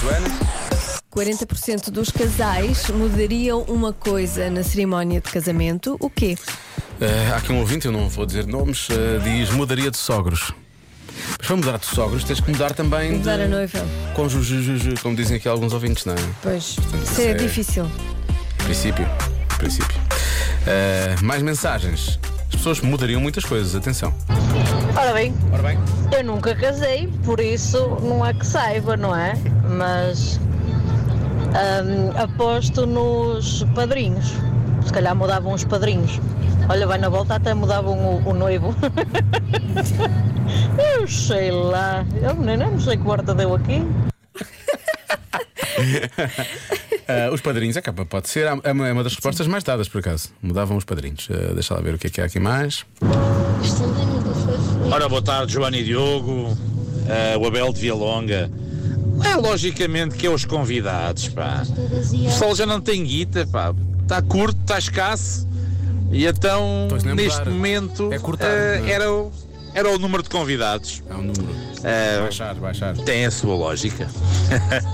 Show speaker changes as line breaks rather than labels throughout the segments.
Joana?
40% dos casais mudariam uma coisa na cerimónia de casamento. O quê?
Eh, há aqui um ouvinte, eu não vou dizer nomes, eh, diz mudaria de sogros. Mas para mudar de sogros, tens que mudar também
Mudar
de
a noiva.
cônjuge, ju- ju- como dizem aqui alguns ouvintes, não é?
Pois. Isso
isso
é
é-
difícil.
Princípio. Princípio. Eh, mais mensagens. As pessoas mudariam muitas coisas, atenção.
Ora bem,
Ora bem.
eu nunca casei, por isso não é que saiba, não é? Mas hum, aposto nos padrinhos. Se calhar mudavam os padrinhos. Olha, vai na volta até mudavam o, o noivo. eu sei lá. Eu nem, nem sei que guarda deu aqui.
os padrinhos, é capa, pode ser. É uma, é uma das respostas mais dadas, por acaso. Mudavam os padrinhos. Eh, deixa lá ver o que é que há aqui mais.
Ora, boa tarde, Joana e Diogo, eh, o Abel de Vilonga. É logicamente que é os convidados, pá. O pessoal já não tem guita, pá. Está curto, está escasso. E então,
Pois nem
neste
mudar.
momento,
É cortar,
eh,
não é?
era, o, era o número de convidados.
Há um número.
Eh,
Baixar, baixar.
tem a sua lógica.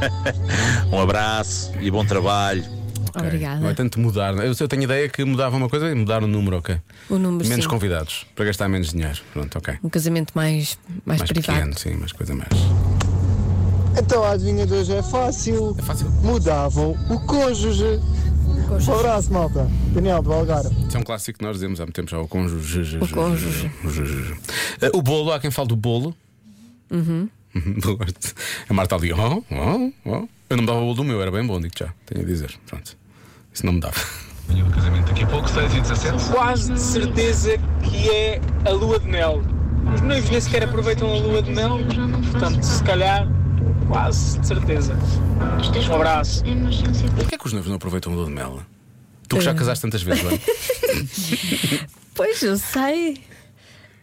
um abraço e bom trabalho.
Ok.
Obrigada.
Não é tanto mudar. não é? Eu, eu tenho ideia que mudava uma coisa e mudar o número, ok.
O número
Menos
sim.
convidados, para gastar menos dinheiro. Pronto, ok.
Um casamento mais, mais,
mais
privado.
pequeno, sim, mais coisa mais.
Então a adivinha de hoje é fácil.
É fácil.
Mudavam o cônjuge.
Cônjuge.
Um abraço, malta. Daniel do Algarve.
Isso é um clássico que nós dizemos há muito tempo já, o cônjuge.
O cônjuge.
O, cônjuge. Eh, o bolo, há quem fale do bolo. Uhum. a Marta ali, oh, oh, oh. Eu não me dava o bolo do meu, era bem bom, digo já, tenho a dizer. Pronto. Isso não me dava.
quase de certeza que é a lua de mel. Os noivos nem sequer aproveitam a lua de mel, portanto, se calhar, quase de certeza. Um abraço.
Porquê é que os noivos não aproveitam o bolo de mel? Tu que
Eh.
já casaste tantas vezes, é? Joana.
Pois, eu sei.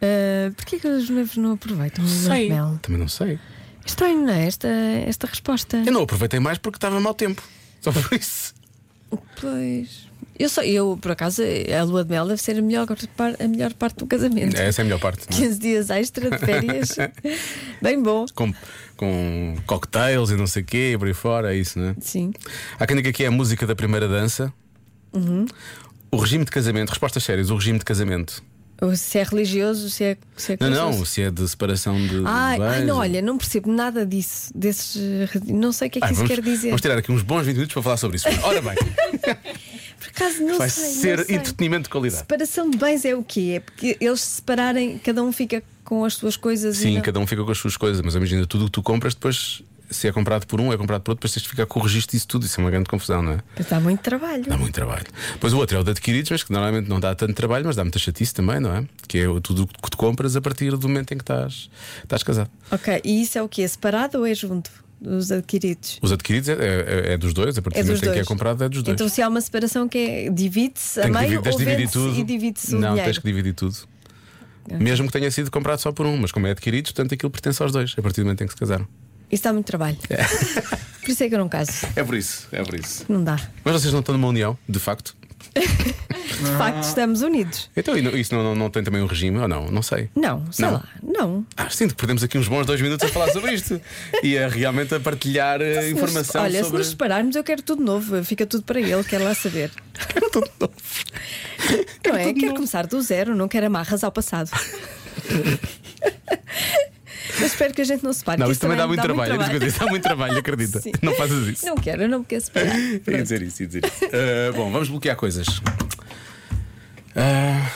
Ah, Porquê que os noivos não aproveitam o
Sei.
mel?
Também não sei.
Estranho, não é? Esta, esta resposta.
Eu não aproveitei mais porque estava mau tempo. Só por isso.
Pois. Eu, só, eu, por acaso, a lua de mel deve ser a melhor, par- a melhor parte do casamento.
Essa é a melhor parte. não é?
15 dias extra de férias. Bem bom.
Com, com cocktails e não sei o quê, por aí fora, é isso, não é?
Sim.
Há quem diga que é a música da primeira dança. Uhum. O regime de casamento, respostas sérias, o regime de casamento.
Ou se é religioso, se é. Se é
Não,
religioso.
não, se é de separação de. de
Ai, ai,
bens.
não, olha, não percebo nada disso. Desses. eh, re- Não sei o que é que
Ai,
isso
vamos,
quer dizer.
vamos tirar aqui uns bons 20 minutos para falar sobre isso. Ora bem,
Por acaso não
vai
sei. não
ser
sei.
entretenimento de qualidade.
Separação de bens é o quê? É porque eles se separarem, cada um fica com as suas coisas e.
Sim,
não-
cada um fica com as suas coisas, mas imagina tudo o que tu compras, depois se é comprado por um, é comprado por outro, depois tens de ficar com o registro disso tudo. Isso é uma grande confusão, não é?
Mas dá muito trabalho.
Dá muito trabalho. Pois o outro é o de adquiridos, mas que normalmente não dá tanto trabalho, mas dá muita chatice também, não é? Que é o- tudo o que tu compras a partir do momento em que estás, estás casado.
Ok, e isso é o quê? Separado ou é junto? Os adquiridos?
Os adquiridos é, é- é dos dois, a partir
É
do
dos
momento em
dois.
que é comprado é dos dois.
Então, se há uma separação que é divide-se a
Tem que
meio,
dividir- tens
ou
de dividir
vende-se
tudo.
e divide-se o
Não,
dinheiro.
tens que dividir tudo. Mesmo que tenha sido comprado só por um, mas como é adquirido, portanto aquilo pertence aos dois, a partir do momento em que se casaram.
Isso dá muito trabalho. Por isso é que eu não caso.
É por isso, é por isso.
Não dá.
Mas vocês não estão numa união, de facto.
De facto, estamos unidos.
Então e não- isso não, não- não tem também um regime ou não? Não sei.
Não, sei
Não.
lá. Não.
Ah, sinto que perdemos aqui uns bons dois minutos a falar sobre isto e a realmente a partilhar eh,
Então, Se nos-
informação
Olha, se
sobre.
nos separarmos, eu quero tudo novo. Fica tudo para ele, quero lá saber.
Quero tudo novo.
Não é? Quero começar do zero, não quero amarras ao passado. Mas espero que a gente não se separe.
Não,
que
isso também dá muito trabalho.
muito
é isso que eu disse, Dá muito trabalho, acredita.
Sim.
Não faças isso.
Não quero, eu não me quero separar.
Ia dizer isso, ia dizer isso. Ah, bom, vamos bloquear coisas. Ah,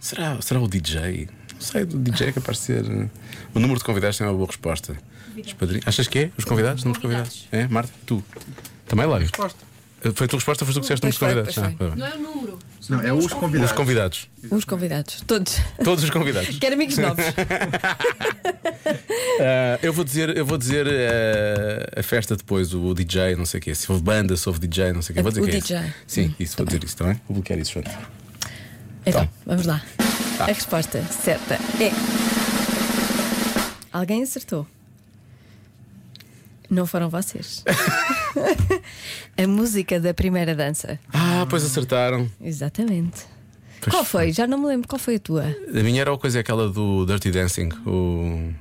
será, será o DJ? Não sei, o DJ é capaz de ser. eh, O número de convidados tem uma boa resposta. Os padrinhos. Achas que é? Os convidados? Número de convidados? É, Marta? Tu? Também, Lário? Resposta. Foi a tua resposta, foste tu que disseste
Pois
número de convidados.
foi,
Ah,
pois
tá bem.
Não é o número.
Não, é os convidados.
Os convidados.
Os convidados, todos.
Todos os convidados.
Quero amigos novos.
Ah, eu vou dizer, eu vou dizer ah, a festa depois, o, DJ, não sei o quê. Se houve banda, se houve DJ, não sei o quê. Vou dizer
O
que é
DJ.
esse. Sim, isso, vou dizer isso tá também. Vou bloquear é isso, Joana.
Então,
Então. tá.
vamos lá. A resposta certa é. Alguém acertou. Não foram vocês. a música da primeira dança.
Ah, pois acertaram.
Exatamente. Qual
é
foi? Já não me lembro. Qual foi a tua?
A minha era a coisa aquela do Dirty Dancing, o.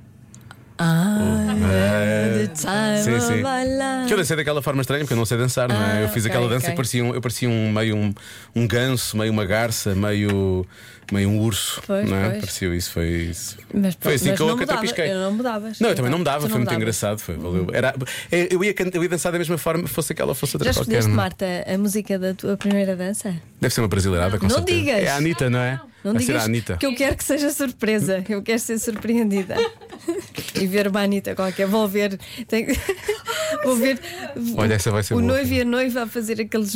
Ah,
É.
the time
Sim, sim.
of my life.
Que eu dancei daquela forma estranha, porque eu não sei dançar, não é?
Ah,
Eu fiz
ok,
aquela dança
ok.
e parecia, um, eu parecia um, meio um, um ganso, meio uma garça, meio, meio um urso.
Pois,
não é?
pois.
Parecia isso, foi isso. Foi
Mas, pronto,
assim
mas
que eu
não mudava,
catapisquei.
Eu não mudava. então
Não, eu também não me dava, foi
Tu
muito
mudavas.
engraçado, foi, valeu. Era, eh, eu, ia, can- eu ia dançar da mesma forma, fosse aquela, fosse outra
Já
qualquer.
escolheste,
não é?
Marta, a música da tua primeira dança?
Deve ser uma brasileirada, com
Não
certeza.
digas.
É a Anitta, não é?
Não
Deve ser
digas
a Anitta.
que eu quero que seja surpresa. Eu quero ser surpreendida. e ver uma Anitta qualquer. Vou ver. tenho- Vou ver
Olha, essa vai ser
o
boa.
noivo e a noiva a fazer aqueles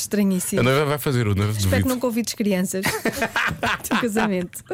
A
estranhíssimos.
noiva vai fazer o noivo
Espero que
duvido.
não convides crianças do casamento.